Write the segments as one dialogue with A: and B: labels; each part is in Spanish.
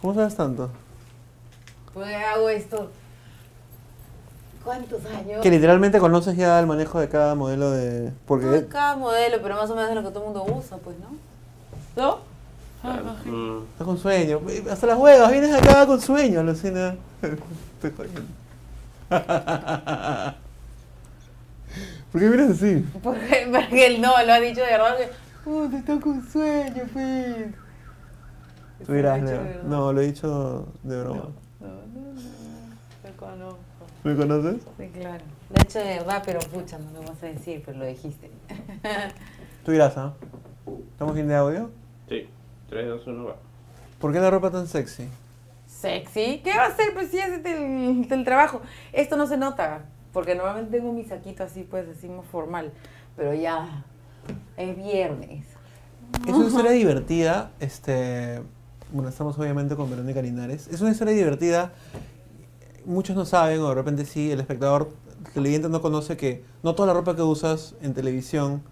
A: ¿Cómo sabes tanto?
B: Pues hago esto. ¿Cuántos años?
A: Que literalmente conoces ya el manejo de cada modelo de... Porque...
B: No, cada modelo, pero más o menos es lo que todo el mundo usa, pues, ¿no? ¿No?
C: Mm.
A: Está con sueño. Hasta las huevas, vienes acá con sueño, Lucina. Estoy jodiendo. ¿Por qué miras así?
B: Porque, porque él no, lo ha dicho de verdad. que, "Uh, te toca un sueño, pues.
A: Tú dirás,
B: Lo ha dicho
A: Leo.
B: de verdad.
A: No, lo he dicho de broma.
B: No, no, no. Lo conozco.
A: ¿Me conoces?
B: Sí, claro. Lo he hecho de verdad, pero pucha, no lo vas a decir, pero lo dijiste.
A: Tú dirás, ¿ah? ¿Estamos bien de audio?
C: Sí, 3, 2, 1, va.
A: ¿Por qué la ropa tan sexy?
B: ¿Sexy? ¿Qué va a hacer? Pues si es del, del trabajo. Esto no se nota, porque normalmente tengo mi saquito así, pues decimos formal. Pero ya, es viernes.
A: Es una historia divertida, este... Bueno, estamos obviamente con Verónica Linares. Es una historia divertida. Muchos no saben, o de repente sí, el espectador, el televidente no conoce que no toda la ropa que usas en televisión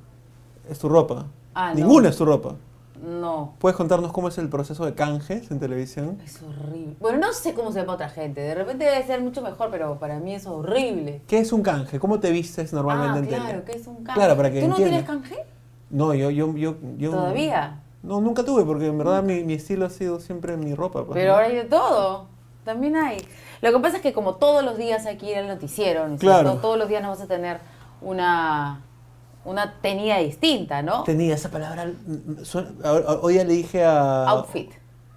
A: es tu ropa.
B: Ah, no.
A: Ninguna es tu ropa.
B: No,
A: ¿Puedes contarnos cómo es el proceso de canjes en televisión?
B: es horrible. Bueno, no sé cómo se llama otra gente. De repente debe ser mucho mejor, pero para mí es horrible.
A: ¿Qué es un canje? ¿Cómo te vistes
B: Ah,
A: normalmente en tele?
B: claro, que es un canje.
A: Claro, para que
B: ¿Tú no tienes
A: entiendan.
B: canje?
A: No, yo, yo, yo, yo-
B: ¿Todavía? Mm.
A: No, nunca tuve, porque en verdad mi, mi estilo ha sido siempre mi ropa. pues,
B: Pero
A: ¿no?
B: ahora hay de todo. También hay. Lo que pasa es que como todos los días hay que ir al noticiero, ¿no es
A: Claro.
B: cierto? Todos los días nos vas a tener una, una tenida distinta, ¿no?
A: Tenía esa palabra... mm, suena- ahora- ahora- Hoy ya le dije a...
B: Outfit.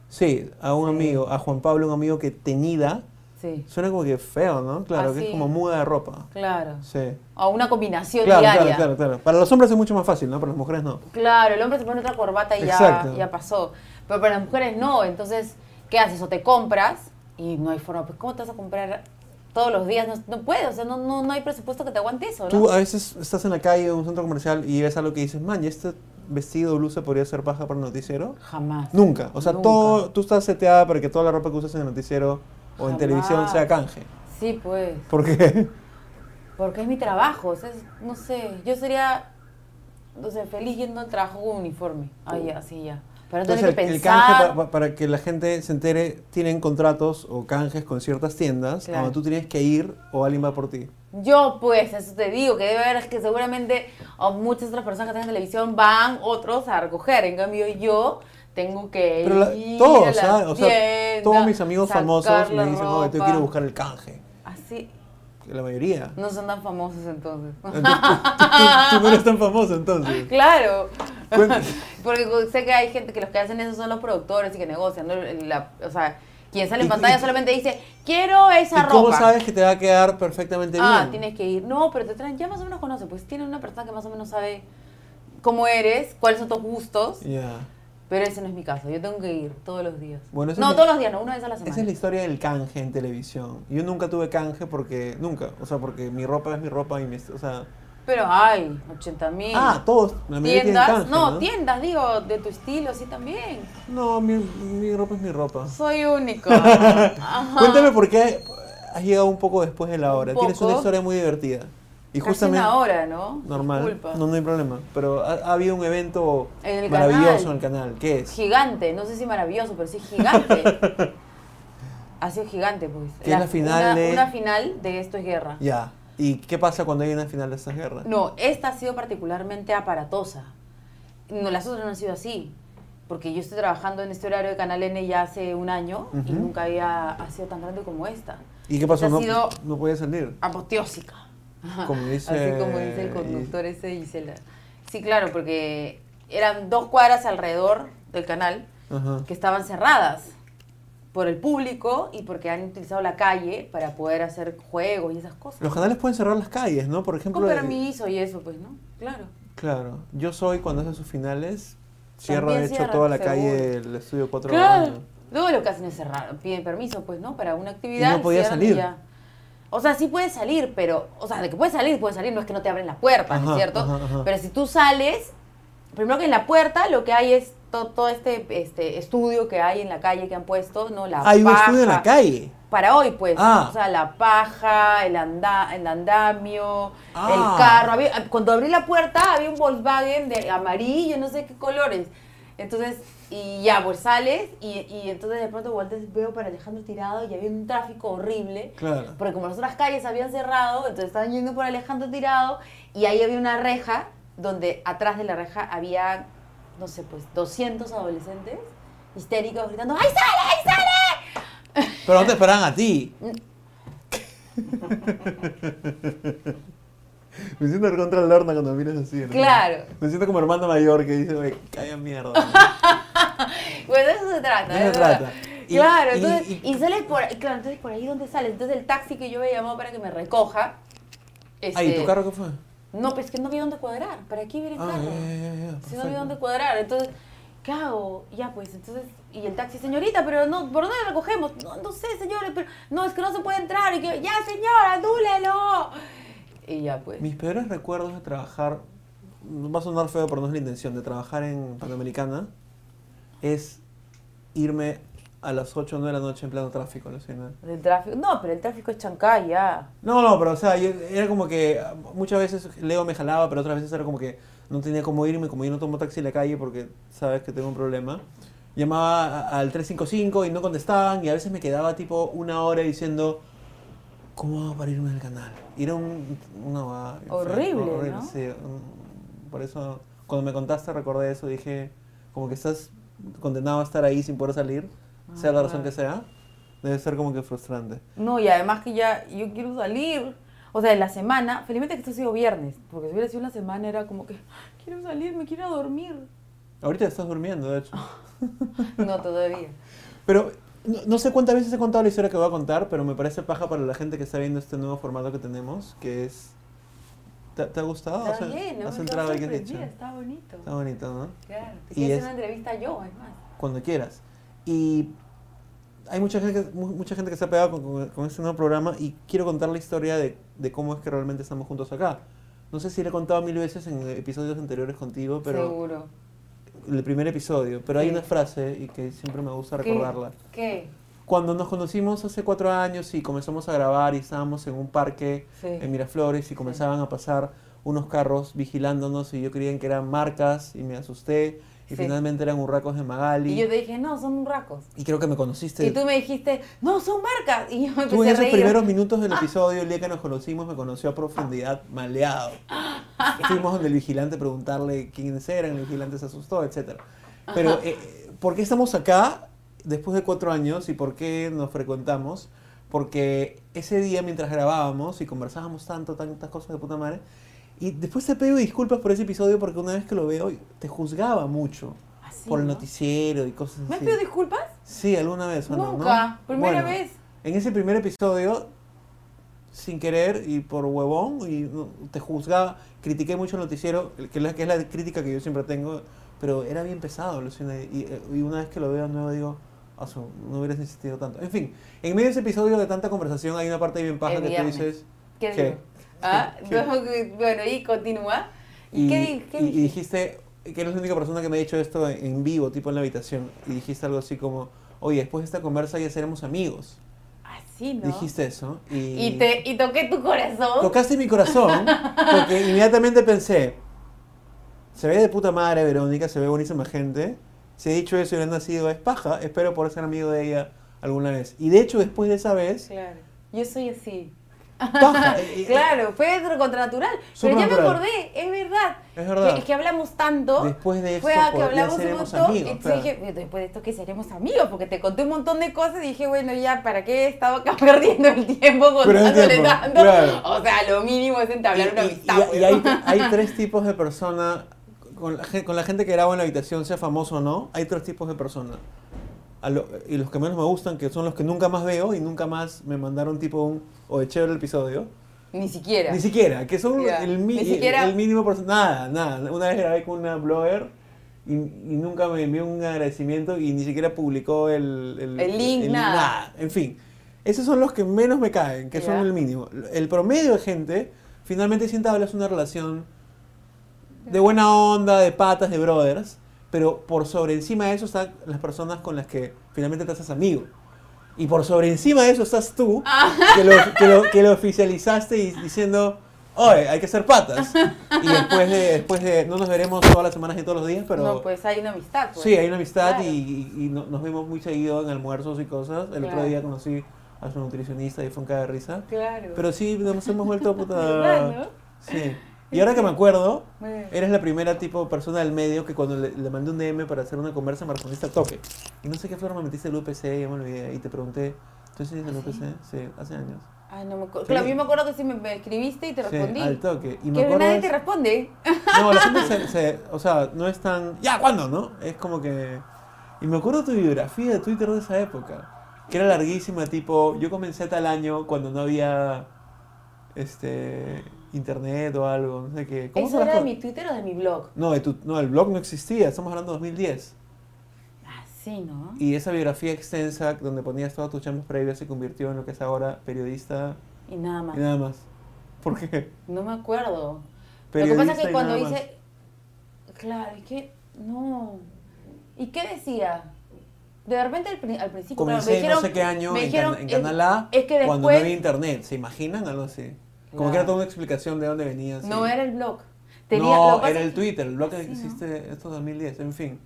A: Sí, a un amigo, a Juan Pablo, un amigo que teñida.
B: Sí,
A: Suena como que feo, ¿no? Claro, que
B: sí.
A: es como muda de ropa.
B: claro.
A: Sí.
B: O una combinación
A: Claro,
B: diaria.
A: claro, claro, claro. Para los hombres es mucho más fácil, ¿no? Para las mujeres no.
B: Claro, el hombre se pone otra corbata y ya,
A: Exacto.
B: ya pasó. Pero para las mujeres no. Entonces, ¿qué haces? O te compras y no hay forma. Pues, ¿cómo te vas a comprar todos los días? No, no puedes. O sea, no, no, no hay presupuesto que te aguante eso, ¿no?
A: Tú a veces estás en la calle o en un centro comercial y ves algo que dices, man, ¿y este vestido o blusa podría ser paja para el noticiero?
B: Jamás.
A: Nunca. O sea,
B: Nunca.
A: todo, tú estás seteada para que toda la ropa que usas en el noticiero o en
B: Jamás.
A: televisión sea canje.
B: Sí, pues.
A: ¿Por qué?
B: Porque es mi trabajo, o sea, es- no sé, yo sería, no sé, feliz yendo al trabajo con uniforme. Ah, ya, sí, ya. Para no tener
A: Entonces,
B: que
A: el, el canje
B: pensar.
A: pa- pa- para que la gente se entere, tienen contratos o canjes con ciertas tiendas
B: Claro.
A: donde tú tienes que ir o alguien va por ti.
B: Yo, pues, eso te digo, que debe haber que seguramente a muchas otras personas que están en televisión van otros a recoger. En cambio, yo tengo que
A: Pero la-
B: ir a
A: todos,
B: la
A: ¿sabes? O sea,
B: tienda,
A: todos mis amigos
B: sacar
A: famosos
B: la
A: me dicen, oh, yo
B: ropa".
A: quiero buscar el canje.
B: Así,
A: La mayoría.
B: no son tan famosos entonces.
A: Entonces, tú, tú- tú no eres tan famoso entonces.
B: Claro.
A: Cuenta.
B: Porque sé que hay gente que los que hacen eso son los productores y que negocian. ¿no? La- o sea, quien sale en
A: Y-
B: pantalla
A: y-
B: solamente dice, quiero esa
A: ¿Y cómo
B: ropa.
A: sabes que te va a quedar perfectamente bien?
B: ah, tienes que ir. No, pero te traen, ya más o menos conoce. Pues tienen una persona que más o menos sabe cómo eres, cuáles son tus gustos.
A: Ya.
B: Pero ese no es mi caso. Yo tengo que ir todos los días.
A: Bueno, esa
B: no,
A: es la-
B: todos los días, no, una vez a la semana.
A: Esa es la historia del canje en televisión. Yo nunca tuve canje porque, nunca, o sea, porque mi ropa es mi ropa y mi, o sea...
B: Pero hay 80 mil.
A: Ah, todos, la mayoría tienen
B: tiendas.
A: canje,
B: no,
A: ¿no?
B: tiendas, digo, de tu estilo, sí también.
A: No, mi, mi ropa es mi ropa.
B: Soy único. Ajá.
A: Cuéntame por qué has llegado un poco después de la hora.
B: Un
A: Tienes una
B: poco.
A: historia muy divertida. Y
B: Casi
A: justamente...
B: una hora, ¿no?
A: Normal,
B: Disculpa.
A: no, no hay problema. Pero ha, ha habido un evento
B: En el
A: maravilloso
B: canal.
A: en el canal. ¿Qué es?
B: Gigante, no sé si maravilloso, pero sí gigante. ha sido gigante, pues.
A: Que es la final
B: una,
A: de-
B: una final de Esto es Guerra.
A: Ya. ¿Y qué pasa cuando hay una final de estas guerras?
B: No, esta ha sido particularmente aparatosa. No, las otras no han sido así. Porque yo estoy trabajando en este horario de Canal N ya hace un año y
A: Ujú.
B: nunca había ha sido tan grande como esta.
A: ¿Y qué pasó?
B: Esta
A: No,
B: ha sido
A: no podía salir.
B: apoteósica.
A: Como dice-
B: Así como dice el conductor ese de Gisela. Sí, claro, porque eran dos cuadras alrededor del canal
A: Ajá.
B: que estaban cerradas por el público y porque han utilizado la calle para poder hacer juegos y esas cosas.
A: Los canales pueden cerrar las calles, ¿no? Por ejemplo...
B: Con
A: eh,
B: permiso y eso, pues, ¿no? Claro.
A: Claro. Yo soy cuando hace sus finales. Cierra,
B: También
A: de hecho,
B: cierra,
A: toda la
B: seguro.
A: calle del estudio 4
B: Claro. Luego lo que hacen es cerrar, piden permiso, pues, ¿no? Para una actividad.
A: Y no podía
B: cierran
A: salir.
B: ya. O sea, sí puedes salir, pero, o sea, de que puedes salir, puedes salir, no es que no te abren la puerta, ¿no
A: Ajá,
B: es cierto?
A: ajá, ajá.
B: Pero si tú sales, primero que en la puerta lo que hay es to- todo este, este estudio que hay en la calle que han puesto, ¿no? La
A: Hay un estudio en
B: paja.
A: la calle.
B: Para hoy, pues.
A: Ah.
B: O sea, la paja, el, anda, el andamio,
A: Ah.
B: el carro. Había- cuando abrí la puerta había un Volkswagen de amarillo, no sé qué colores. Entonces, y ya, pues sales y, y entonces de pronto volteas, veo para Alejandro tirado y había un tráfico horrible.
A: Claro.
B: Porque como las otras calles habían cerrado, entonces estaban yendo por Alejandro Tirado y ahí había una reja donde atrás de la reja había, no sé, pues 200 adolescentes histéricos gritando ¡Ay, sale! ¡Ay, sale!
A: Pero no te esperaban a ti. Me siento contra la lorna cuando miras así. ¿no?
B: Claro.
A: Me siento como hermano mayor que dice, "Oye, calla mierda.
B: Bueno, Pues de eso se trata.
A: De eso se
B: verdad.
A: trata. Y-
B: claro,
A: y-
B: entonces, y,
A: y-
B: sales por ahí, claro, entonces por ahí donde sales. Entonces el taxi que yo había llamado para que me recoja. este,
A: Ay, Ah, ¿tu carro qué fue?
B: No, pues es que no había dónde cuadrar. ¿Para qué viene el
A: Ah,
B: carro?
A: ya, ya, ya, ya,
B: Si no
A: perfecto.
B: había dónde cuadrar. Entonces, ¿qué hago? Ya, pues, entonces, y el taxi, señorita, pero no, ¿por dónde lo cogemos? No, no sé, señores, pero no, es que no se puede entrar. Y que, ya, señora, dúlelo. Y ya, pues.
A: Mis peores recuerdos de trabajar, va a sonar feo, pero no es la intención, de trabajar en Panamericana, es irme a las 8 o 9 de la noche en pleno tráfico, alucina.
B: Del tráfico. No, pero el tráfico es chancay, ya.
A: No, no, pero o sea, yo- era como que ah, muchas veces Leo me jalaba, pero otras veces era como que no tenía cómo irme, como yo no tomo taxi en la calle porque sabes que tengo un problema. Llamaba a- al 355 y no contestaban y a veces me quedaba tipo una hora diciendo, ¿cómo hago para irme del canal? Y era un, una huevada bien fea,
B: Horrible, ¿no?
A: sí. un- Por eso, cuando me contaste, recordé eso, dije, como que estás condenado a estar ahí sin poder salir, sea
B: Ah,
A: la razón que sea, debe ser como que frustrante.
B: No, y además que ya yo quiero salir. O sea, en la semana, felizmente que esto ha sido viernes, porque si hubiera sido una semana era como que quiero salir, me quiero ir a dormir.
A: Ahorita estás durmiendo, de hecho.
B: No, todavía.
A: Pero no, no sé cuántas veces he contado la historia que voy a contar, pero me parece paja para la gente que está viendo este nuevo formato que tenemos, que es... ¿Te, te ha gustado?
B: Está
A: Ah, O sea,
B: bien, ¿no?
A: has
B: Me
A: entrado
B: quedó
A: y qué has dicho.
B: sorprendida, Está bonito.
A: Está bonito, ¿no?
B: Claro.
A: Ah, Y
B: Y es
A: es-
B: una entrevista yo, además.
A: Cuando quieras. Y hay mucha gente, que- mu- mucha gente que se ha pegado con, con- con este nuevo programa y quiero contar la historia de, de cómo es que realmente estamos juntos acá. No sé si le he contado mil veces en episodios anteriores contigo, pero
B: Seguro.
A: el primer episodio, pero hay
B: Sí.
A: una frase y que siempre me gusta
B: ¿Qué?
A: recordarla.
B: ¿Qué?
A: Cuando nos conocimos hace cuatro años y comenzamos a grabar y estábamos en un parque
B: Sí.
A: en Miraflores y comenzaban a pasar unos carros vigilándonos y yo creía que eran marcas y me asusté y
B: Sí.
A: finalmente eran urracos de Magali
B: Y yo te dije, no, son racos.
A: y creo que me conociste.
B: Y tú me dijiste, no, son marcas. Y yo me
A: Tú
B: empecé a
A: en esos
B: reír. Ah.
A: primeros minutos del episodio, el día que nos conocimos, me conoció a profundidad, maleado. Fuimos donde el vigilante a preguntarle quiénes eran, el vigilante se asustó, etc. Pero, eh, ¿por qué estamos acá después de cuatro años y por qué nos frecuentamos? Porque ese día mientras grabábamos y conversábamos tanto, tantas cosas de puta madre, y después te pido disculpas por ese episodio porque una vez que lo veo te juzgaba mucho
B: Así,
A: por el
B: ¿Ah, ¿no?
A: noticiero y cosas así.
B: ¿Me has pedido disculpas?
A: Sí, alguna vez. ¿o no?
B: Nunca,
A: ¿No?
B: primera vez.
A: En ese primer episodio, sin querer y por huevón, y no- te juzgaba, critiqué mucho el noticiero, el que, es la- que es la crítica que yo siempre tengo, pero era bien pesado, Luciana, y, y una vez que lo veo de nuevo digo, "Asu, no hubieras insistido tanto. En fin, en medio de ese episodio de tanta conversación hay una parte bien paja
B: El
A: que tú
B: viernes.
A: dices...
B: ¿Qué
A: ¿Qué?
B: digo? ¿Ah?
A: ¿Qué?
B: Bueno, y continúa. ¿Y,
A: Y,
B: qué, di- qué
A: y- y
B: dijiste?
A: dijiste que eres la única persona que me ha dicho esto en- en vivo, tipo en la habitación, y dijiste algo así como, oye, después de esta conversa ya seremos amigos.
B: Así, ¿no?
A: Dijiste eso. Y,
B: Y, te, y toqué tu corazón.
A: tocaste mi corazón porque inmediatamente pensé, se ve de puta madre Verónica, se ve buenísima gente. Si he dicho eso y no he nacido es paja, espero poder ser amigo de ella alguna vez. Y de hecho después de esa vez,
B: Claro. Yo soy así.
A: paja. eh, eh,
B: Claro, fue contranatural. Pero ya me
A: Supernatural.
B: acordé, es verdad.
A: Es verdad.
B: Que, que hablamos tanto.
A: Después de
B: fue
A: esto,
B: a que
A: por- ya
B: hablamos un
A: seremos
B: montón.
A: amigos,
B: y te
A: claro.
B: dije, después de esto que seremos amigos, porque te conté un montón de cosas y dije, bueno, ya, ¿para qué he estado acá perdiendo el tiempo
A: Perdiendo
B: contándole
A: el tiempo,
B: tanto?
A: claro.
B: O sea, lo mínimo es entablar una
A: y- y-
B: amistad. pues,
A: y- y
B: weón.
A: hay, hay tres tipos de personas, con la, gen- con la gente que graba en la habitación, sea famoso o no, hay tres tipos de personas. A lo- y los que menos me gustan, que son los que nunca más veo y nunca más me mandaron tipo un, o de chévere el episodio.
B: Ni siquiera.
A: Ni siquiera, que son
B: Ya.
A: el, mi-
B: Ni siquiera-
A: el mínimo porcentaje. Nada, nada. Una vez grabé con una blogger y, y nunca me envió un agradecimiento y ni siquiera publicó el,
B: El link, nada.
A: En fin, esos son los que menos me caen, que
B: Ya.
A: son el mínimo. El promedio de gente, finalmente si entablas una relación de buena onda, de patas, de brothers, pero por sobre encima de eso están las personas con las que finalmente te haces amigo.
B: Ah.
A: Y por sobre encima de eso estás tú, que lo, que lo- que lo oficializaste y diciendo, oye, hay que ser patas. Y después de, después de, no nos veremos todas las semanas y todos los días, pero...
B: no, pues hay una amistad. Pues.
A: Sí, hay una amistad
B: Claro.
A: y, y- y no- nos vemos muy seguido en almuerzos y cosas. El otro
B: Claro.
A: día conocí a su nutricionista y fue un caga de risa.
B: Claro.
A: Pero sí, nos hemos vuelto
B: ¿Verdad,
A: puta...
B: no?
A: Sí. Y ahora que me acuerdo,
B: Bueno.
A: eres la primera tipo persona del medio que cuando le, le mandé un DM para hacer una conversa me respondiste al toque. Y no sé qué flor me metiste el UPC, ya me olvidé, y te pregunté, ¿tú sigues el
B: ¿Ah,
A: UPC? Sí, hace años.
B: Ay, no me acuerdo.
A: Sí.
B: Claro, yo me acuerdo que sí me, me escribiste y te respondí.
A: Sí, al toque. Y me
B: que
A: acuerdo
B: nadie
A: es-
B: te responde.
A: No, la gente se, se- O sea, no es tan. ¿Ya cuándo? ¿No? Es como que. Y me acuerdo tu biografía de Twitter de esa época. Que era larguísima, tipo. Yo comencé tal año cuando no había. Este. Internet o algo, no sé qué. ¿Cómo
B: ¿Eso
A: se
B: era de
A: llama?
B: mi Twitter o de mi blog?
A: No, de tu- no, el blog no existía, estamos hablando de 2010.
B: Ah, sí, ¿no?
A: Y esa biografía extensa donde ponías todas tus chambas previas se convirtió en lo que es ahora periodista
B: Y nada más.
A: y nada más. ¿Por qué?
B: No me acuerdo. Lo que
A: Periodista
B: pasa es
A: y
B: que cuando
A: nada más.
B: hice. Claro, es que. No. ¿Y qué decía? De repente al, pri- al principio. claro,
A: Comencé no sé qué año
B: me
A: en,
B: dijeron,
A: Can- en
B: es-
A: Canal A
B: Es, que
A: cuando no había
B: después.
A: internet, ¿se imaginan algo así? Como
B: Claro.
A: que era toda una explicación de dónde venía. así.
B: No era el blog. Tenía, lo que
A: no,
B: pasa
A: era
B: es
A: el
B: que-
A: Twitter, el blog que
B: Sí, ¿no?
A: existe esto 2010, en fin.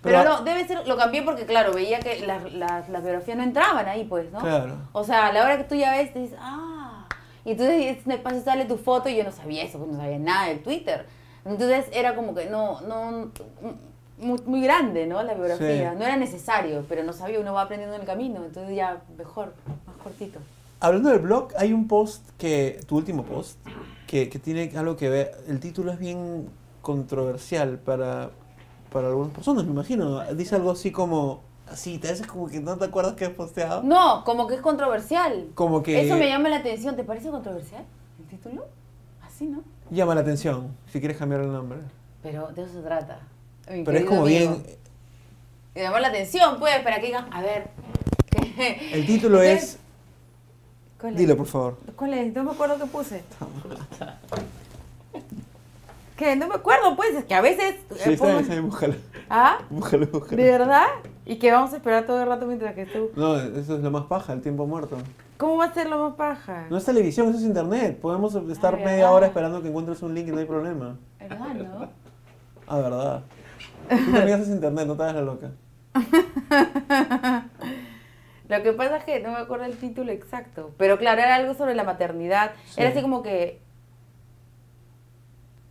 B: Pero, no, debe ser, lo cambié porque, claro, veía que las las- las biografías no entraban ahí, pues, ¿no?
A: Claro.
B: O sea, a la hora que tú ya ves, te dices, ah. Y entonces y en el paso sale tu foto y yo no sabía eso, pues no sabía nada del Twitter. Entonces era como que no, no, mm, muy, muy grande, ¿no? La biografía.
A: Sí.
B: No era necesario, pero no sabía, uno va aprendiendo en el camino. Entonces ya, mejor, más cortito.
A: Hablando del blog, hay un post que, tu último post, que, que tiene algo que ver, el título es bien controversial para, para algunas personas, me imagino. Dice algo así como, así, te haces como que no te acuerdas que has posteado.
B: No, como que es controversial.
A: Ah. Como que
B: Eso me llama la atención. ¿Te parece controversial el título? Así, ¿no?
A: llama la atención, si quieres cambiar el nombre.
B: Pero de eso se trata. mi
A: Pero es
B: querido
A: como
B: amigo.
A: bien,
B: Y llamar la atención, pues, para que digan, a ver.
A: El título es.
B: ¿Cuál es?
A: Dilo, por favor.
B: ¿Cuál es? No me acuerdo qué puse. que no me acuerdo, pues, es que a veces. eh,
A: Sí, está
B: pongo-
A: bien, está bien, búscalo.
B: ¿Ah?
A: Búscalo, búscalo.
B: ¿De verdad? Y que vamos a esperar todo el rato mientras que tú.
A: No, eso es lo más paja, el tiempo muerto.
B: ¿Cómo va a ser lo más paja?
A: No es televisión, eso es internet. Podemos estar
B: Ah,
A: media
B: ¿verdad?
A: hora esperando que encuentres un link y no hay problema.
B: ¿Verdad, no?
A: Ah, verdad. Tú también haces internet, no te hagas la loca.
B: Lo que pasa es que no me acuerdo el título exacto. Pero claro, era algo sobre la maternidad.
A: Sí.
B: Era así como que.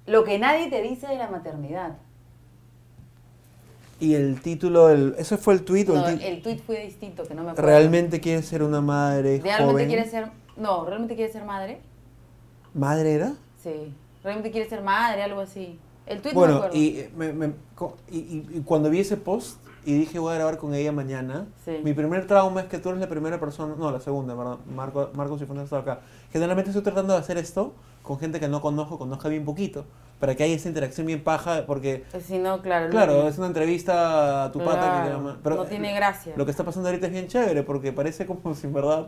B: Lo que nadie te dice de la maternidad.
A: Y el título, del... ¿eso fue el tweet o
B: No,
A: el título?
B: el tweet fue distinto, que no me acuerdo.
A: ¿Realmente quieres ser una madre
B: ¿Realmente
A: joven?
B: quieres ser.? No, ¿realmente quieres ser madre?
A: ¿Madre era?
B: Sí. ¿Realmente quieres ser madre? Algo así. El tuit no me
A: Bueno,
B: acuerdo.
A: y, eh, me- me- co- y- y- y cuando vi ese post y dije voy a grabar con ella mañana,
B: Sí.
A: mi primer trauma es que tú eres la primera persona, no, la segunda, perdón, Marco, Marcos y Fuentes está acá. Generalmente estoy tratando de hacer esto con gente que no conozco, conozca bien poquito, para que haya esa interacción bien paja, porque,
B: Eh, Si no, claro.
A: claro,
B: luego-
A: es una entrevista a tu pata que
B: Claro,
A: llama- pero eh,
B: no tiene gracia.
A: Lo que está pasando ahorita es bien chévere, porque parece como si en verdad,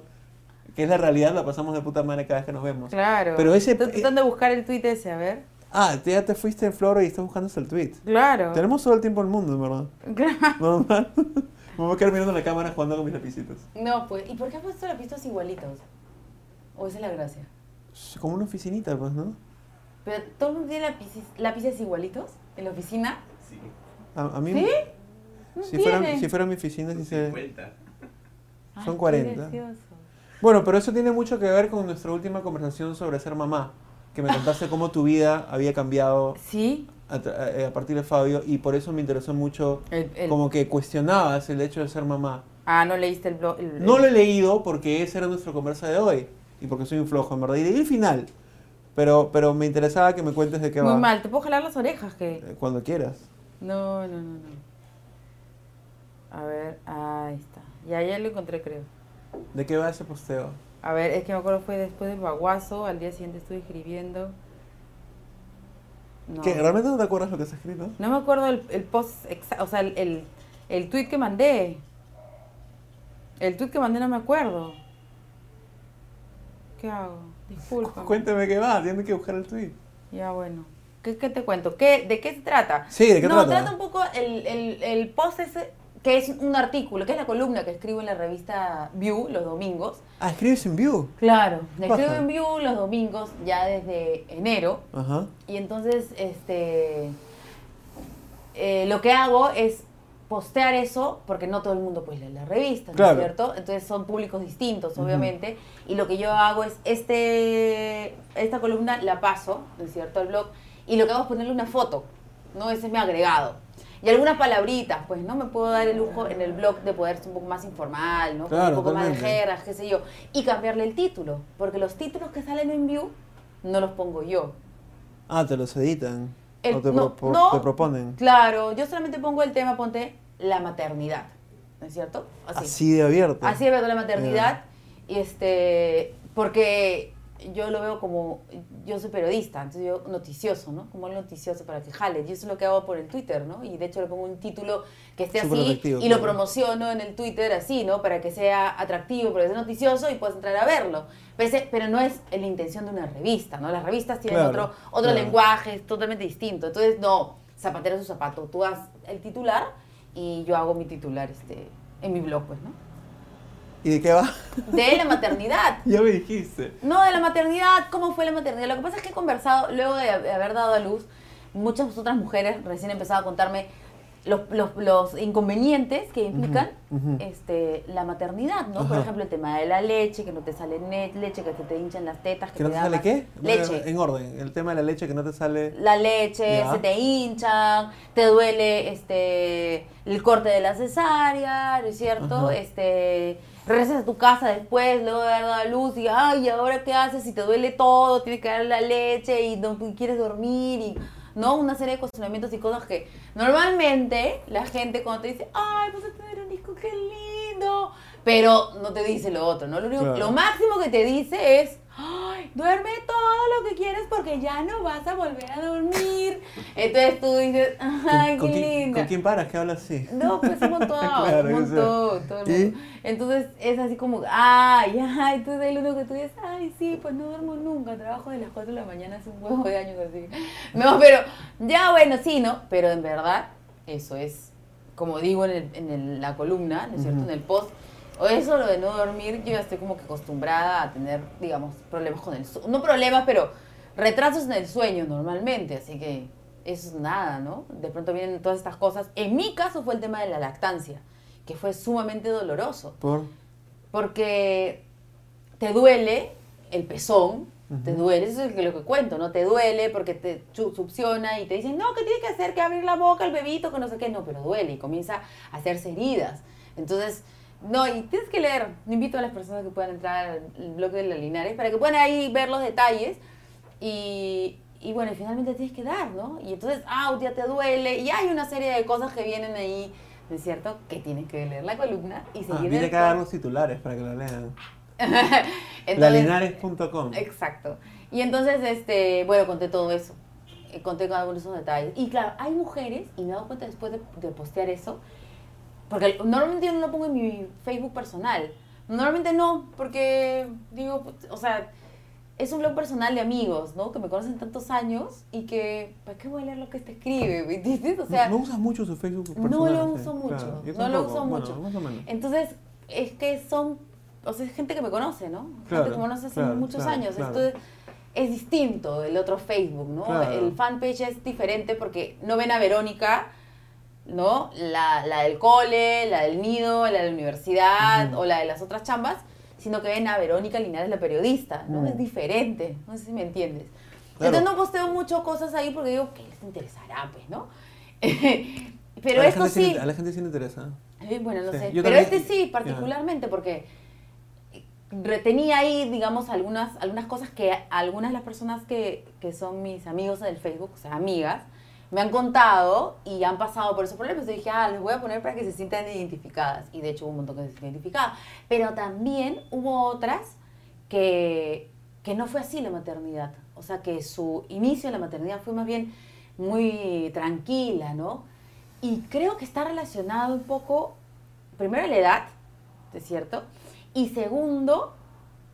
A: que es la realidad, la pasamos de puta madre cada vez que nos vemos.
B: Claro.
A: Pero ese-
B: Estoy tratando de buscar el tuit ese, a ver.
A: Ah, tú ya te fuiste en floro y estás buscando hasta el tweet.
B: Claro.
A: Tenemos todo el tiempo del mundo, en verdad.
B: Claro.
A: Normal. Me voy a quedar mirando la cámara jugando con mis lapicitos.
B: No, pues. ¿Y por qué has puesto lapitos igualitos? ¿O esa es la gracia?
A: Es Como una oficinita, pues, ¿no?
B: ¿Pero todo el mundo tiene lápices, lápices igualitos en la oficina?
C: Sí,
A: A, a mí,
B: ¿Sí? No
A: si, fuera,
B: tiene.
A: si fuera mi oficina, sí se...
C: 50.
B: Ay,
A: son
B: qué
A: 40.
B: gracioso.
A: Bueno, pero eso tiene mucho que ver con nuestra última conversación sobre ser mamá. Que me contaste cómo tu vida había cambiado
B: Sí.
A: a, tra- eh, a partir de Fabio y por eso me interesó mucho
B: El- el-
A: como que cuestionabas el hecho de ser mamá.
B: Ah, no leíste el blog. el-
A: No lo he leído porque esa era nuestra conversa de hoy y porque soy un flojo, en verdad. Y leí el final, pero, pero me interesaba que me cuentes de qué
B: Muy
A: va.
B: mal. Te puedo jalar las orejas, que.
A: Eh, Cuando quieras.
B: No, no, no, no. A ver, ahí está. Ya, ya lo encontré, creo.
A: ¿De qué va ese posteo?
B: A ver, es que me acuerdo fue después del baguazo, al día siguiente estuve escribiendo. No,
A: ¿Qué? ¿Realmente no te acuerdas lo que has escrito?
B: no me acuerdo el, el post, exa- o sea, el, el, el tweet que mandé. El tweet que mandé no me acuerdo. ¿Qué hago? Disculpa.
A: Cuéntame qué va, tienes que buscar el tweet.
B: Ya, bueno. ¿Qué, qué te cuento? ¿Qué, ¿De qué se trata?
A: Sí, ¿de qué
B: no,
A: trata?
B: un poco el, el, el post ese que es un artículo, que es la columna que escribo en la revista View los domingos.
A: Ah, escribes en View.
B: Claro. La escribo
A: Baja.
B: en View los domingos ya desde enero.
A: Ajá.
B: Y entonces, este, eh, lo que hago es postear eso, porque no todo el mundo pues lee la revista, ¿no
A: Claro.
B: es cierto? Entonces son públicos distintos,
A: Ujú.
B: obviamente. Y lo que yo hago es, este, esta columna la paso, ¿no es cierto?, al blog. Y lo que hago es ponerle una foto, ¿no? Ese es mi agregado. Y algunas palabritas, pues, ¿no? Me puedo dar el lujo en el blog de poder ser un poco más informal, ¿no? Con
A: Claro,
B: un poco más de
A: totalmente.
B: jergas, qué sé yo. Y cambiarle el título, porque los títulos que salen en View no los pongo yo,
A: Ah, te los editan.
B: el-
A: o te,
B: no,
A: propo-
B: no,
A: te proponen.
B: Claro, yo solamente pongo el tema, ponte la maternidad, ¿no es cierto?
A: Así. de abierto.
B: Así de verdad la maternidad, y este, porque yo lo veo como, yo soy periodista, entonces yo noticioso, ¿no? Como el noticioso para que jale. Yo eso es lo que hago por el Twitter, ¿no? Y de hecho le pongo un título que esté
A: Súper
B: así
A: atractivo,
B: y lo
A: claro.
B: promociono en el Twitter así, ¿no? Para que sea atractivo, para que sea noticioso y puedas entrar a verlo. Pero, ese- pero no es la intención de una revista, ¿no? Las revistas tienen
A: Claro,
B: otro, otro
A: claro.
B: lenguaje, es totalmente distinto. Entonces, no, zapatero a su zapato. Tú haz el titular y yo hago mi titular este, en mi blog, pues, ¿no?
A: ¿Y de qué va?
B: De la maternidad.
A: ya me dijiste.
B: No, de la maternidad, ¿cómo fue la maternidad? Lo que pasa es que he conversado, luego de hab- de haber dado a luz, muchas otras mujeres recién empezaron a contarme los, los- los inconvenientes que implican
A: ujú.
B: este, la maternidad, ¿no? Por
A: Ajá.
B: ejemplo, el tema de la leche, que no te sale ne- leche, que se te hinchan las tetas, que,
A: ¿Que no te
B: da
A: sale
B: más-
A: qué?
B: Leche.
A: En orden. El tema de la leche que no te sale.
B: la leche,
A: Ya.
B: se te hinchan, te duele este el corte de la cesárea, ¿no es cierto?
A: Ajá.
B: Este regresas a tu casa después, luego de haber dado a luz y ay, ¿y ahora qué haces? Si te duele todo, tienes que dar la leche y no y quieres dormir y no una serie de cuestionamientos y cosas que normalmente la gente cuando te dice, "Ay, vas a tener un hijo, qué lindo." Pero no te dice lo otro, ¿no? Lo único,
A: Claro.
B: lo máximo que te dice es, "Ay, duerme todo lo que quieres porque ya no vas a volver a dormir. Entonces tú dices, ay,
A: ¿Con,
B: qué
A: quién-
B: linda.
A: ¿Con quién paras? ¿Qué hablas así?
B: No, pues un montón,
A: Claro,
B: un
A: yo sé.
B: montón, todo el
A: ¿Y?
B: mundo. Entonces es así como, ay, ay, tú eres el único que tú dices, ay, sí, pues no duermo nunca, trabajo de las 4 de la mañana hace un huevo de años así. No, pero ya bueno, sí, ¿no? Pero en verdad, eso es, como digo en, el- en el- la columna, ¿no es cierto?
A: Ujú.
B: En el post. O eso, lo de no dormir, yo ya estoy como que acostumbrada a tener, digamos, problemas con el sueño. No problemas, pero retrasos en el sueño normalmente, así que eso es nada, ¿no? De pronto vienen todas estas cosas. En mi caso fue el tema de la lactancia, que fue sumamente doloroso,
A: Por.
B: porque te duele el pezón, te
A: Ujú.
B: duele, eso es lo que cuento, ¿no? Te duele porque te chu- succiona y te dicen, no, ¿qué tiene que hacer? Que abrir la boca el bebito, que no sé qué, no, pero duele y comienza a hacerse heridas. Entonces, no, y tienes que leer, invito a las personas que puedan entrar al blog de la Linares para que puedan ahí ver los detalles y, y bueno, y finalmente tienes que dar, ¿no? Y entonces, ah, un día te duele y hay una serie de cosas que vienen ahí, ¿no es cierto? Que tienes que leer la columna y
A: Ah,
B: seguir.
A: viene
B: el
A: acá a dar
B: plan.
A: los titulares para que lo lean.
B: Entonces- eh,
A: Lalinares.com.
B: Exacto. Y entonces, este, bueno, conté todo eso. Eh, Conté cada uno de esos detalles. Y claro, hay mujeres, y me he dado cuenta después de, de postear eso, porque normalmente yo no lo pongo en mi Facebook personal. Normalmente no, porque digo, put- o sea, es un blog personal de amigos, ¿no? Que me conocen tantos años y que, ¿para qué voy a leer lo que te escribe? ¿Me entiendes? O
A: No-
B: sea,
A: no, usas mucho su Facebook
B: no
A: personal.
B: lo
A: sí,
B: uso mucho,
A: claro. Yo
B: no lo
A: tampoco.
B: uso
A: Bueno,
B: mucho. Eh,
A: más o menos.
B: Entonces, es que son, o sea, es gente que me conoce, ¿no? gente
A: Claro,
B: que me conoce hace
A: claro,
B: muchos
A: claro,
B: años.
A: claro.
B: Entonces, es distinto del otro Facebook, ¿no?
A: Claro.
B: El fanpage es diferente porque no ven a Verónica, ¿no? La, la del cole, la del nido, la de la universidad
A: Ujú.
B: o la de las otras chambas, sino que ven a Verónica Linares, la periodista, ¿no?
A: Mm.
B: Es diferente, no sé si me entiendes.
A: Claro.
B: Entonces, no posteo mucho cosas ahí porque digo, ¿qué les interesará, pues, no? Pero
A: a la
B: esto
A: gente
B: sí.
A: le- a la gente sí le interesa.
B: Eh, Bueno, no
A: Sí,
B: sé.
A: yo
B: Pero
A: también-
B: este sí,
A: ya.
B: particularmente, porque retenía ahí, digamos, algunas, algunas cosas que a- algunas de las personas que, que son mis amigos del Facebook, o sea, amigas, me han contado y han pasado por esos problemas. Yo dije, ah, les voy a poner para que se sientan identificadas. Y de hecho hubo un montón que se sintieron identificadas. Pero también hubo otras que, que no fue así la maternidad. O sea, que su inicio en la maternidad fue más bien muy tranquila, ¿no? Y creo que está relacionado un poco, primero, la edad, ¿es cierto? Y segundo,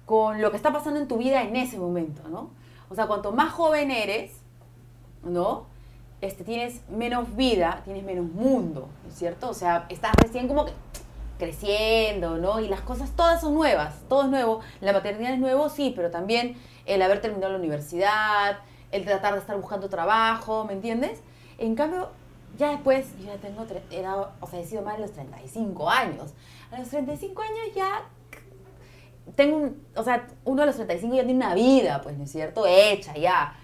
B: con lo que está pasando en tu vida en ese momento, ¿no? O sea, cuanto más joven eres, ¿no? este, tienes menos vida, tienes menos mundo, ¿no es cierto? O sea, estás recién como que creciendo, ¿no? Y las cosas todas son nuevas, todo es nuevo. La maternidad es nuevo, sí, pero también el haber terminado la universidad, el tratar de estar buscando trabajo, ¿me entiendes? En cambio, ya después, yo ya tengo, tre- he dado- o sea, he sido más de los 35 años. A los 35 años ya tengo un, o sea, uno de los 35 ya tiene una vida, pues, ¿no es cierto? Hecha ya,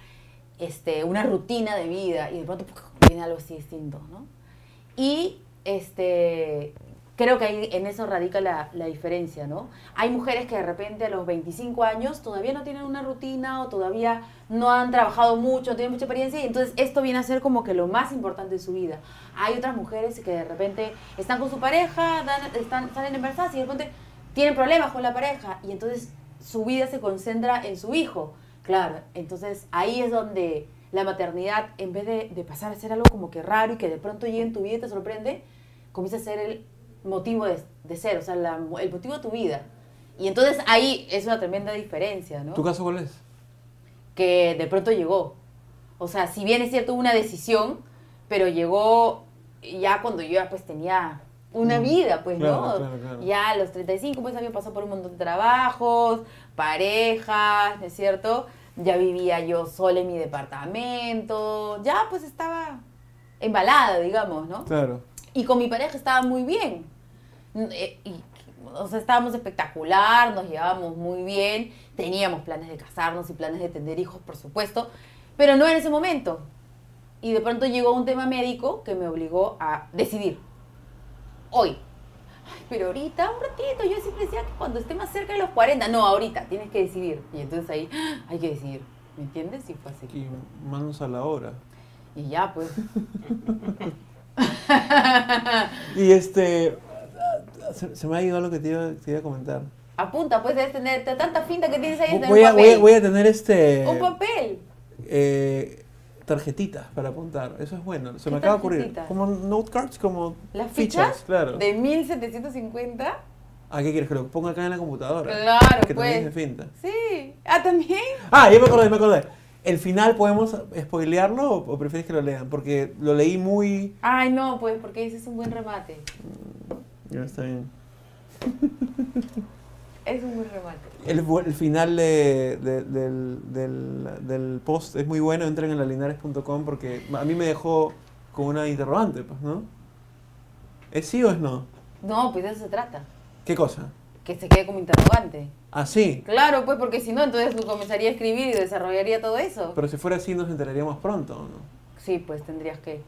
B: este, una rutina de vida y de pronto ¡puc! viene algo así distinto, ¿no? Y, este, creo que ahí en eso radica la, la diferencia, ¿no? Hay mujeres que de repente a los 25 años todavía no tienen una rutina o todavía no han trabajado mucho, no tienen mucha experiencia y entonces esto viene a ser como que lo más importante de su vida. Hay otras mujeres que de repente están con su pareja, dan- están, salen embarazadas y de repente tienen problemas con la pareja y entonces su vida se concentra en su hijo. Claro, entonces ahí es donde la maternidad, en vez de, de pasar a ser algo como que raro y que de pronto llegue en tu vida y te sorprende, comienza a ser el motivo de, de ser, o sea, la- el motivo de tu vida. Y entonces ahí es una tremenda diferencia, ¿no?
A: ¿Tu caso cuál es?
B: que de pronto llegó. O sea, si bien es cierto, hubo una decisión, pero llegó ya cuando yo ya pues tenía una
A: Mm.
B: vida, pues, ¿no?
A: Claro, claro, claro.
B: Ya a los 35 pues había pasado por un montón de trabajos, parejas, ¿no es cierto? Ya vivía yo sola en mi departamento, ya pues estaba embalada, digamos, ¿no?
A: Claro.
B: Y con mi pareja estaba muy bien. N- eh, y- o sea, estábamos espectacular, nos llevábamos muy bien, teníamos planes de casarnos y planes de tener hijos, por supuesto, pero no en ese momento. Y de pronto llegó un tema médico que me obligó a decidir. Hoy. Ay, pero ahorita, un ratito, yo siempre decía que cuando esté más cerca de los 40, no, ahorita, tienes que decidir. Y entonces ahí ¡ah! hay que decidir, ¿me entiendes? Y fue así.
A: Y manos a la obra.
B: Y ya, pues.
A: Y este. Se, se me ha ido algo que te iba, te iba a comentar.
B: Apunta, pues debes tener t- tanta finta que tienes ahí en
A: Voy
B: un
A: a, voy, a,
B: papel.
A: voy a tener este.
B: Un papel.
A: eh, tarjetitas para apuntar. Eso es bueno. Se me
B: ¿Qué
A: acaba de ocurrir.
B: tarjetitas?
A: Como note cards, como
B: Las fichas
A: claro.
B: de 1750.
A: ¿A qué quieres que lo ponga acá en la computadora?
B: Claro,
A: que
B: pues.
A: también es de finta.
B: Sí. Ah, también.
A: Ah, ya me acordé, me acordé. ¿El final podemos spoilearlo o, o prefieres que lo lean? Porque lo leí muy...
B: Ay, no, pues, porque ese es un buen remate.
A: Ya está bien.
B: Es un buen remate.
A: El, bu- el final de- de- del, del- del post es muy bueno. Entren en lalinares.com porque a mí me dejó con una interrogante, pues, ¿no? ¿Es sí o es no?
B: No, pues de eso se trata.
A: ¿Qué cosa? Ah,
B: Que se quede como interrogante.
A: Así.
B: Claro, pues, porque si no, entonces tú comenzaría a escribir y desarrollaría todo eso.
A: Pero si fuera así nos enteraríamos pronto, ¿o ¿no?
B: Sí, pues tendrías que.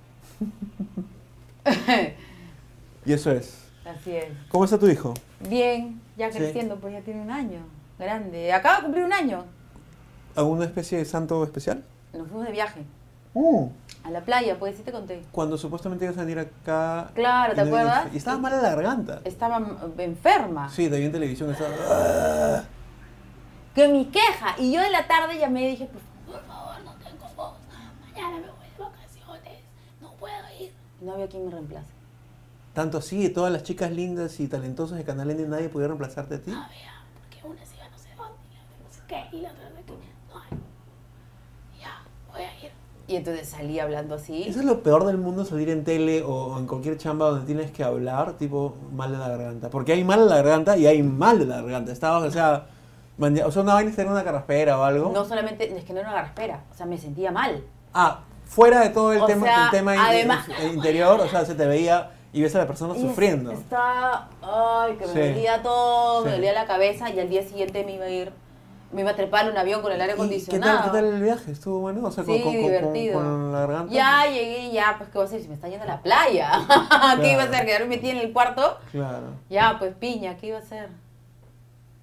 A: Y eso es.
B: Así es.
A: ¿Cómo está tu hijo?
B: Bien, ya
A: Sí.
B: creciendo, pues ya tiene un año. Grande. Acaba de cumplir un año.
A: ¿Alguna especie de santo especial?
B: Nos fuimos de viaje.
A: Uh.
B: A la playa, pues sí te conté.
A: Cuando supuestamente ibas a venir acá...
B: Claro,
A: y
B: ¿te
A: no-
B: acuerdas?
A: Y estabas mal de la garganta.
B: Estaba mm, enferma.
A: Sí, te vi en televisión. Estaba...
B: Que mi queja. Y yo en la tarde llamé y dije, "Pues, por favor, no tengo voz. Mañana me voy de vacaciones. No puedo ir. No había quien me reemplace.
A: Tanto así, todas las chicas lindas y talentosas de Canal N, nadie podía reemplazarte a ti.
D: porque una se iba no sé dónde, y la otra no sé qué, y la otra no sé qué. No, ya, voy a ir.
B: Y entonces salí hablando así.
A: Eso es lo peor del mundo, salir en tele o, o en cualquier chamba donde tienes que hablar, tipo, mal de la garganta. Porque hay mal de la garganta y hay mal de la garganta. Estabas, o sea, manja- o sea, una vaina es tener una carraspera o algo.
B: No solamente, es que no era una garraspera. O sea, me sentía mal.
A: Ah, fuera de todo el
B: O
A: tema,
B: sea,
A: el tema in-
B: además-
A: in- interior, o sea, se te veía y ves a la persona
B: Y es-
A: sufriendo.
B: Estaba, ay, que me
A: Sí.
B: dolía todo, me
A: Sí.
B: dolía la cabeza y al día siguiente me iba a ir, me iba a trepar en un avión con el aire
A: ¿Y ¿Qué
B: acondicionado.
A: tal, ¿Qué tal el viaje? ¿Estuvo bueno? O sea, con,
B: Sí,
A: con- con-
B: divertido.
A: con la garganta.
B: Ya llegué, ya, pues, ¿qué voy a hacer? Si me está yendo a la playa. ¿Qué iba a hacer? ¿Quedarme metida en el cuarto?
A: Claro.
B: Ya, pues, piña, ¿qué iba a hacer?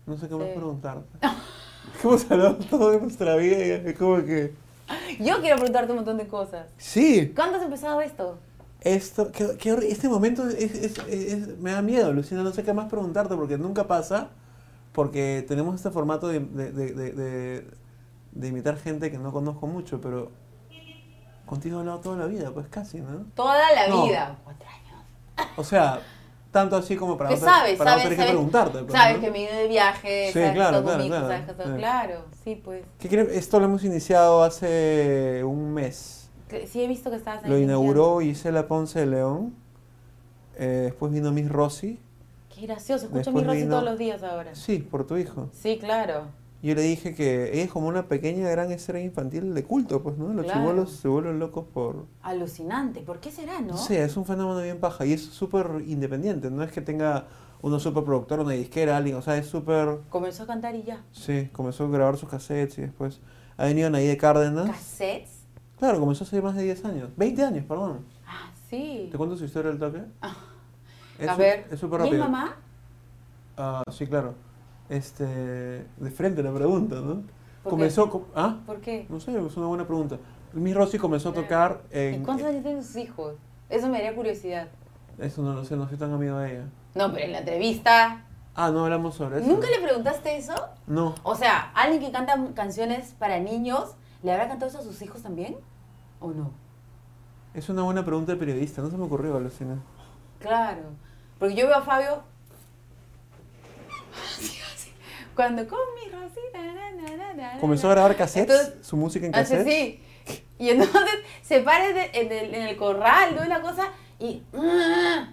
A: No sé qué más
B: Sí.
A: preguntarte. Hemos hablado todo de nuestra vida y es como que...
B: Yo quiero preguntarte un montón de cosas.
A: Sí,
B: ¿Cuándo has empezado esto?
A: esto, qué- qué horri- este momento es- es- es- me da miedo, Lucina, no sé qué más preguntarte porque nunca pasa, porque tenemos este formato de, de, de- de- de- de imitar gente que no conozco mucho, pero contigo he hablado toda la vida, pues casi, ¿no?
B: Toda la
A: No.
B: vida. Cuatro años.
A: O sea, tanto así como para,
B: Que
A: no te-
B: sabes,
A: para no
B: sabes,
A: tener
B: sabes.
A: que preguntarte. pues,
B: Sabes
A: ¿no?
B: que me he ido de viaje,
A: Sí,
B: sabes
A: claro,
B: que
A: claro,
B: conmigo,
A: claro,
B: sabes que todo-
A: sí.
B: Claro, sí, pues.
A: ¿Qué quiere- Esto lo hemos iniciado hace un mes.
B: Que Sí, he visto que estabas ahí
A: Lo
B: metiendo.
A: inauguró Gisela Ponce de León. Eh, después vino Miss Rossi.
B: Qué gracioso, escucho mi
A: Después
B: Rosy
A: vino-
B: todos los días ahora.
A: Sí, por tu hijo.
B: Sí, claro.
A: Yo le dije que ella es como una pequeña gran estrella infantil de culto, pues, ¿no? Los
B: Claro.
A: chibolos se vuelven locos por...
B: Alucinante, ¿por qué será, no?
A: No sé, es un fenómeno bien paja y es súper independiente. No es que tenga una superproductora, una disquera, alguien. O sea, es súper...
B: Comenzó a cantar y ya.
A: Sí, comenzó a grabar sus cassettes y después... Ha venido Anaí de Cárdenas.
B: ¿Cassettes?
A: Claro, comenzó hace más de 10 años. 20 años, perdón.
B: Ah, sí.
A: ¿Te cuento su historia del toque? Es
B: Ah. a
A: su-
B: ver,
A: Es súper
B: ¿y es
A: rápido.
B: mamá?
A: Ah, sí, claro. Este, de frente la pregunta, ¿no?
B: qué?
A: Comenzó, co- ah,
B: ¿Por qué?
A: no sé, es una buena pregunta. Miss Rossi comenzó a tocar
B: ¿Y
A: en,
B: cuántos años tienen sus hijos? Eso me haría curiosidad.
A: eso no lo sé, no soy tan amigo de ella.
B: No, pero en la entrevista.
A: Ah, no hablamos sobre eso.
B: ¿Nunca le preguntaste eso?
A: No,
B: O sea, alguien que canta canciones para niños, ¿le habrá cantado eso a sus hijos también? ¿O no?
A: es una buena pregunta de periodista, no se me ocurrió, Alucina.
B: Claro. Porque yo veo a Fabio. Cuando con mi Rosita. na, na, na, na, na,
A: Comenzó
B: na.
A: a grabar cassettes,
B: Ah, Entonces, ah,
A: su música en
B: Hace
A: cassettes.
B: así. Y entonces se para de- en, el, en el corral, ¿no? Una cosa y. ah,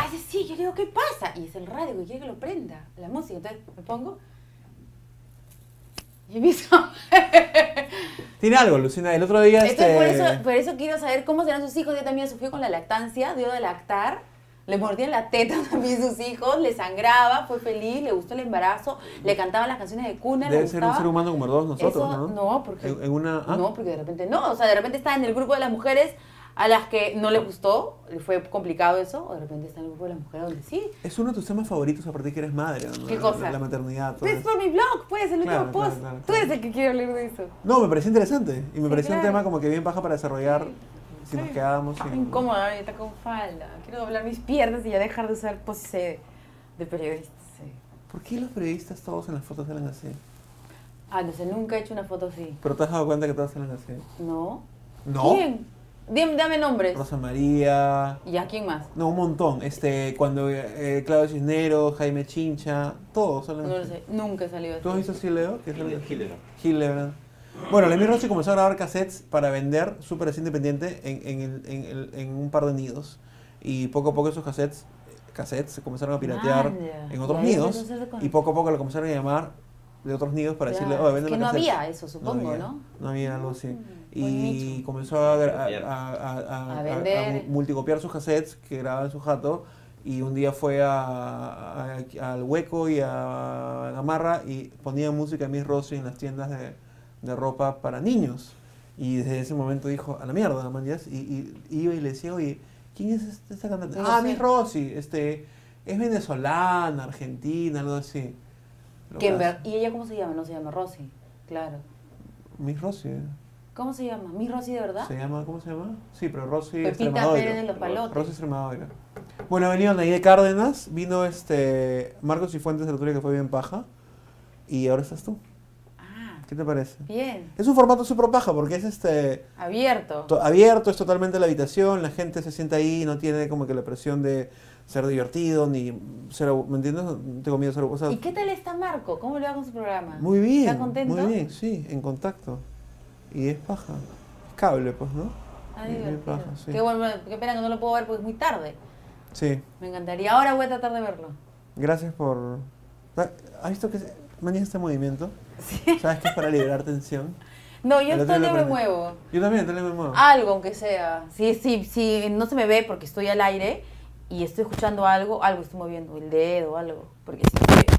B: Hace así. Yo le digo, ¿qué pasa? Y es el radio que quiere que lo prenda, la música. Entonces me pongo. Y empiezo.
A: Tiene algo, Alucina. El otro día,
B: Entonces, por
A: este,
B: eso, pues, por eso quiero saber cómo serán sus hijos. Yo también sufrió con la lactancia, dio de lactar. Le mordían la teta también sus hijos, le sangraba, fue feliz, le gustó el embarazo, le cantaban las canciones de cuna, le
A: debe ser
B: gustaba.
A: un ser humano como todos nosotros,
B: Eso-
A: ¿no?
B: no, porque-
A: En, en una, ah,
B: No, porque de repente no. O sea, de repente está en el grupo de las mujeres a las que no le gustó, le fue complicado eso, o de repente está en el grupo de las mujeres donde sí.
A: Es uno de tus temas favoritos a partir que eres madre, ¿no?
B: ¿Qué
A: La-
B: cosa?
A: La, maternidad, todo
B: Pues
A: eso.
B: por mi blog, puedes el último
A: Claro, claro,
B: post.
A: claro,
B: Tú
A: claro.
B: eres el que quiere hablar de eso.
A: No, me pareció interesante. Y me
B: Sí,
A: pareció
B: claro. Ah,
A: un tema como que bien paja para desarrollar si nos quedábamos sin...
B: Estoy incómoda ahorita con falda. Quiero doblar mis piernas y ya dejar de usar pose de periodista. sí.
A: ¿Por qué los periodistas todos en las fotos salen así?
B: Ah, no sé, nunca he hecho una foto así.
A: Pero te has dado cuenta que todas salen así.
B: ¿No?
A: ¿No?
B: ¿Quién? Dime, dame nombres.
A: Rosa María.
B: ¿Y a quién más?
A: No, un montón. Este, cuando eh, Claudio Cisneros, Jaime Chincha, todos salen
B: No lo
A: así.
B: sé, nunca he salido así.
A: ¿Tú has visto así, Leo? Que salen
C: Hilde-
A: así.
C: Hildebrand.
A: Hildebrand. Bueno, Lemmy Rossi comenzó a grabar cassettes para vender su así independiente en, en, el- en el- en un par de nidos. Y poco a poco esos cassettes, cassettes se comenzaron a piratear
B: Manda.
A: en otros
B: Y ahí
A: nidos.
B: empezó a hacer con-
A: Y poco a poco lo comenzaron a llamar de otros nidos para
B: Ya,
A: decirle, oh,
B: es
A: vende
B: que no había eso, supongo,
A: había,
B: ¿no? Mm,
A: No había algo así.
B: buen
A: Y
B: nicho.
A: comenzó a, gra- a,
C: Copiar.
A: a- a- a-
B: A
A: a-
B: vender.
A: a multicopiar sus cassettes que grababa en su jato. Y un día fue a, a- al Hueco y a Gamarra y ponía música Miss Rossi en las tiendas de, de ropa para niños. Y desde ese momento dijo, a la mierda, manías. Y, y iba y le decía, oye, ¿quién es este- esta cantante?
B: No
A: ah,
B: sé.
A: Miss Rossi, este, es venezolana, argentina, algo así. Lo
B: Que en
A: más-
B: ver- ¿Y ella cómo se llama? No se llama Rosy. Claro.
A: Miss Rossi, ¿eh?
B: ¿Cómo se llama? ¿Mi Rosy de verdad?
A: Se llama, ¿cómo se llama? Sí, pero Rosy
B: Pepita
A: Extremadura.
B: Pérez de los Palotes.
A: Rosy Extremadura. Bueno, venido de Cárdenas, vino este Marcos y Fuentes de la Turia que fue bien paja. Y ahora estás tú.
B: Ah,
A: ¿Qué te parece?
B: bien.
A: Es un formato súper paja porque es este
B: Abierto.
A: to- abierto, es totalmente la habitación, la gente se sienta ahí, no tiene como que la presión de ser divertido ni ser, abu- ¿me entiendes? No tengo miedo de ser abu- o sea,
B: ¿Y qué tal está Marco? ¿Cómo le va con su programa?
A: Muy bien.
B: ¿Está contento?
A: Muy bien, sí, en contacto. Y es paja. Es cable, pues, ¿no?
B: Ah,
A: Muy
B: divertido.
A: paja, sí.
B: qué, bueno, qué pena que no lo puedo ver porque es muy tarde.
A: Sí.
B: Me encantaría. Ahora voy a tratar de verlo.
A: Gracias por. Ah, ¿Has visto que se- manejas este movimiento? ¿Sabes que es para liberar tensión?
B: No, yo
A: El
B: todo
A: otro día
B: el
A: lo
B: día me
A: aprendí.
B: muevo.
A: Yo también, también me muevo.
B: Algo, aunque sea. Sí, sí, sí, no se me ve porque estoy al aire y estoy escuchando algo, algo estoy moviendo, el dedo, algo. Porque si estoy-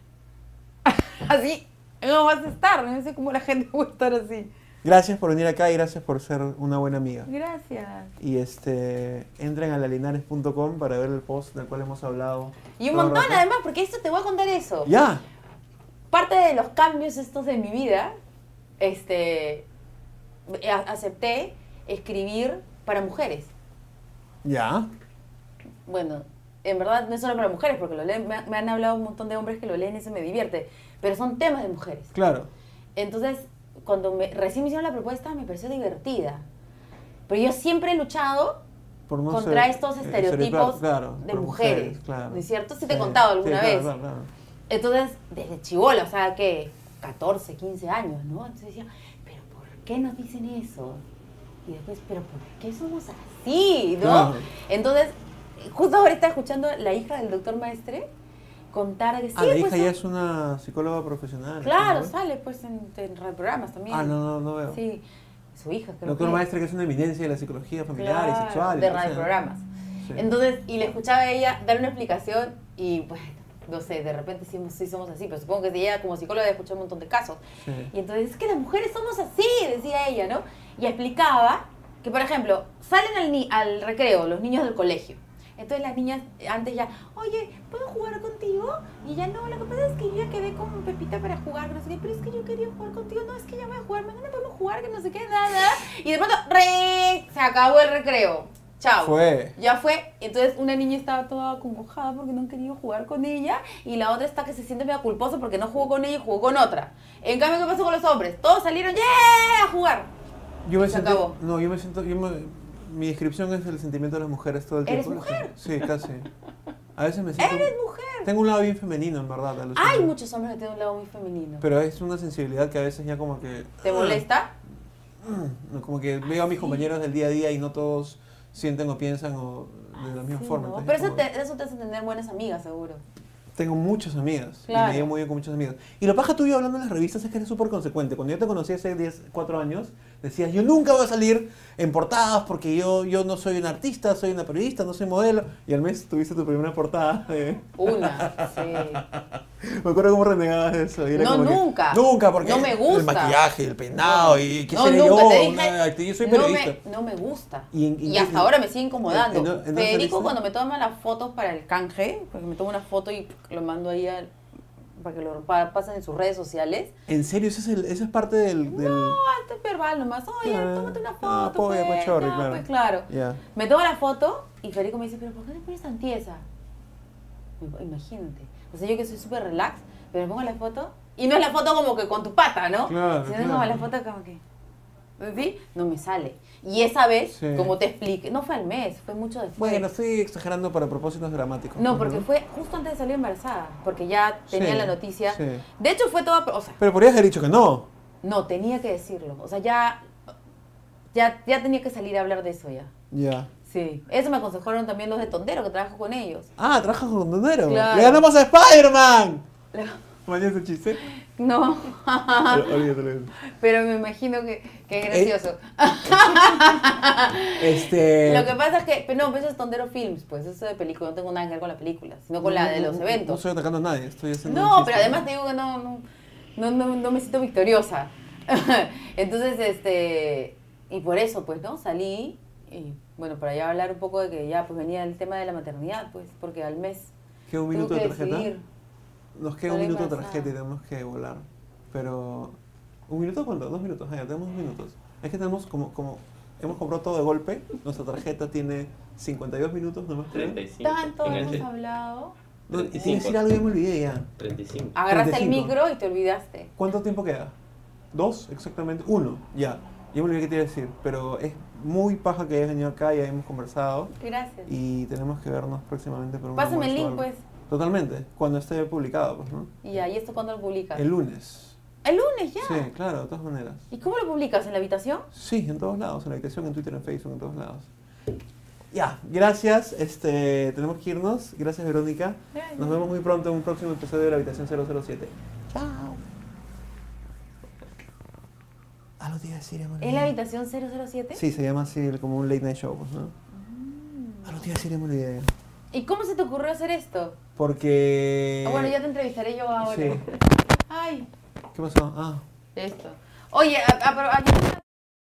B: así, no vas a estar. No sé cómo la gente puede estar así.
A: Gracias por venir acá y gracias por ser una buena amiga.
B: Gracias.
A: Y este, entren a lalinares.com para ver el post del cual hemos hablado.
B: Y un
A: todo el
B: montón,
A: rato.
B: además, porque esto te voy a contar eso.
A: ¡Ya!
B: parte de los cambios estos de mi vida, este, a- acepté escribir para mujeres.
A: ¡Ya!
B: Bueno, en verdad no es solo para mujeres, porque lo leen, me, ha- me han hablado un montón de hombres que lo leen y se me divierte, pero son temas de mujeres.
A: Claro.
B: Entonces, cuando me, recién me hicieron la propuesta, me pareció divertida. Pero yo siempre he luchado
A: Por no
B: contra
A: ser-
B: estos
A: eh,
B: estereotipos
A: estereotipar- claro,
B: de
A: por
B: mujeres,
A: claro.
B: ¿no es cierto? Sí te he contado alguna
A: claro,
B: vez.
A: claro, claro.
B: Entonces, desde chivola, o sea, que 14, 15 años, ¿no? Entonces decía, pero ¿por qué nos dicen eso? Y después, ¿pero por qué somos así? ¿No?
A: Claro.
B: Entonces, justo ahora está escuchando la hija del doctor maestre contar que sí,
A: ah, la
B: pues.
A: hija ya
B: son-
A: es una psicóloga profesional.
B: Claro,
A: ¿no?
B: sale pues en, en programas también.
A: Ah, no, no, no veo.
B: Sí, su hija, creo
A: Doctor
B: que.
A: Maestre, que es una eminencia de la psicología familiar
B: Claro,
A: y sexual. y
B: De
A: lo que sea.
B: radioprogramas.
A: Sí.
B: Entonces, y le escuchaba a ella dar una explicación y bueno, no sé, de repente sí, sí somos así, pero supongo que ella como psicóloga escuchó un montón de casos.
A: Sí.
B: Y entonces, es que las mujeres somos así, decía ella, ¿no? Y explicaba que, por ejemplo, salen al, ni- al recreo los niños del colegio. Entonces las niñas eh, antes ya, oye, ¿puedo jugar contigo? Y ya no, lo que pasa es que yo ya quedé con Pepita para jugar, no sé qué, pero es que yo quería jugar contigo, no, es que ya voy a jugar, mañana podemos jugar, que no sé qué, nada. Y de pronto, re, se acabó el recreo. Chao.
A: Fue.
B: Ya fue. Entonces una niña estaba toda congojada porque no han querido jugar con ella y la otra está que se siente medio culposa porque no jugó con ella y jugó con otra. En cambio, ¿qué pasó con los hombres? Todos salieron ¡yeah! a jugar.
A: Yo me
B: Se
A: siento.
B: acabó.
A: No, yo me siento. yo me- mi descripción es el sentimiento de las mujeres todo el
B: ¿Eres
A: tiempo. Sí, casi. A veces me siento.
B: ¡Eres mujer!
A: Tengo un lado bien femenino, en verdad. alucinante.
B: Hay muchos hombres que tienen un lado muy femenino.
A: Pero es una sensibilidad que a veces ya como que. ah,
B: ¿Te molesta?
A: No, Como que veo a mis compañeros del día a día y no todos sienten o piensan o de la misma
B: Sí,
A: forma.
B: ¿no?
A: Entonces,
B: Pero eso
A: como-
B: te, eso te hace tener buenas amigas, seguro.
A: Tengo muchas amigas. Y
B: Claro.
A: me llevo muy bien con muchas amigas. Y lo paja tuyo hablando en las revistas es que eres súper consecuente. Cuando yo te conocí hace 10, 4 años, decías, yo nunca voy a salir en portadas porque yo, yo no soy una artista, soy una periodista, no soy modelo. Y al mes tuviste tu primera portada. de-
B: Una, sí.
A: Me acuerdo cómo renegabas de eso. y era
B: No,
A: como que,
B: nunca.
A: nunca, porque
B: No me
A: el
B: gusta.
A: maquillaje, el peinado y qué seré yo. una actriz, yo soy
B: no,
A: periodista.
B: me, no me gusta.
A: Y
B: Y,
A: en- Eh, en-
B: hasta ahora me sigue incomodando.
A: en- en- en- en-
B: Federico,
A: en-
B: cuando me toma las fotos para el canje, porque me toma una foto y lo mando ahí al- para que lo pa- pasen en sus redes sociales.
A: En serio, ese es el- esa es parte del... del-
B: No, alto verbal nomás. Oye,
A: Ah,
B: tómate una foto.
A: ah, pobre
B: pues,
A: pachorro,
B: ya,
A: claro.
B: pues, claro.
A: Ya.
B: Me toma la foto y Federico me dice, pero ¿por qué te pones tan tiesa? Im- Imagínate. O sea, yo que soy súper relax, pero me pongo la foto y no es la foto como que con tu pata, ¿no? Sino
A: Claro,
B: es
A: claro.
B: como la foto como que... ¿Sí? No me sale. Y esa vez,
A: Sí.
B: como te expliqué, no fue al mes, fue mucho después.
A: Bueno, estoy exagerando para propósitos dramáticos. pues,
B: no, porque fue justo antes de salir embarazada, porque ya tenía
A: Sí,
B: la noticia.
A: sí.
B: De hecho, fue todo, o sea,
A: Pero podrías haber dicho que no.
B: no, tenía que decirlo. O sea, ya, ya, ya tenía que salir a hablar de eso ya.
A: Ya.
B: Sí. Eso me aconsejaron también los de Tondero, que trabajo con ellos.
A: Ah, trabaja con Dondero.
B: Claro.
A: ¡Le ganamos a Spider-Man!
B: Le- Ah.
A: ¿Mañana ese chiste?
B: No,
A: Ol- olvídate, olvídate.
B: pero me imagino que, que es
A: Eh,
B: gracioso.
A: Este.
B: Lo que pasa es que, pero no, pues eso es Tondero Films, pues eso de película, no tengo nada que ver con la película, sino con la de los
A: No
B: eventos.
A: estoy atacando a nadie, estoy haciendo.
B: No,
A: un chiste.
B: pero además te digo que no, no, no, no, no me siento victoriosa. Entonces, este, y por eso, pues, ¿no? Salí, y bueno, para ya hablar un poco de que ya, pues, venía el tema de la maternidad, pues, porque al mes
A: Queda
B: tengo
A: un minuto de
B: que
A: tarjeta.
B: decidir.
A: Nos queda un
B: Estoy
A: minuto de
B: embarazada.
A: tarjeta y tenemos que volar. Pero. ¿Un minuto cuánto? Dos minutos. Ah, ya tenemos dos minutos. Es que tenemos como. como hemos comprado todo de golpe. Nuestra tarjeta tiene 52 minutos nomás. creo.
C: 35.
B: Tanto
C: en
B: hemos
C: este-
B: hablado.
A: No, iba a
C: 35.
A: decir algo y ya me olvidé ya.
C: 35.
B: Agarraste el
A: 35.
B: micro y te olvidaste.
A: ¿Cuánto tiempo queda? ¿Dos? Exactamente. Uno, ya. Yo me olvidé qué te iba a decir, pero es muy paja que hayas venido acá, ya hemos conversado
B: Gracias.
A: y tenemos que vernos próximamente por un
B: Pásame el
A: almuerzo o
B: link,
A: algo.
B: pues.
A: Totalmente, cuando esté publicado, pues, ¿no?
B: Y ahí esto cuando lo publicas.
A: El lunes.
B: El lunes ya.
A: Sí, claro, de todas maneras.
B: ¿Y cómo lo publicas? ¿En la habitación?
A: Sí, en todos lados, en la habitación, en Twitter, en Facebook, en todos lados. Ya, gracias, este, tenemos que irnos. Gracias, Verónica.
B: Gracias.
A: Nos vemos muy pronto en un próximo episodio de la habitación 007. Chao. Algo te iba a decir, amor.
B: ¿Es la habitación 007?
A: Sí, se llama así el- como un late night show, pues, ¿no?
B: Ah.
A: Algo te iba a decir, amor, idea.
B: ¿Y cómo se te ocurrió hacer esto?
A: Porque...
B: Ah, bueno, ya te entrevistaré yo ahora.
A: Eh, Sí.
B: Ay,
A: ¿Qué pasó? Ah.
B: esto. Oye, a- a- pero- a-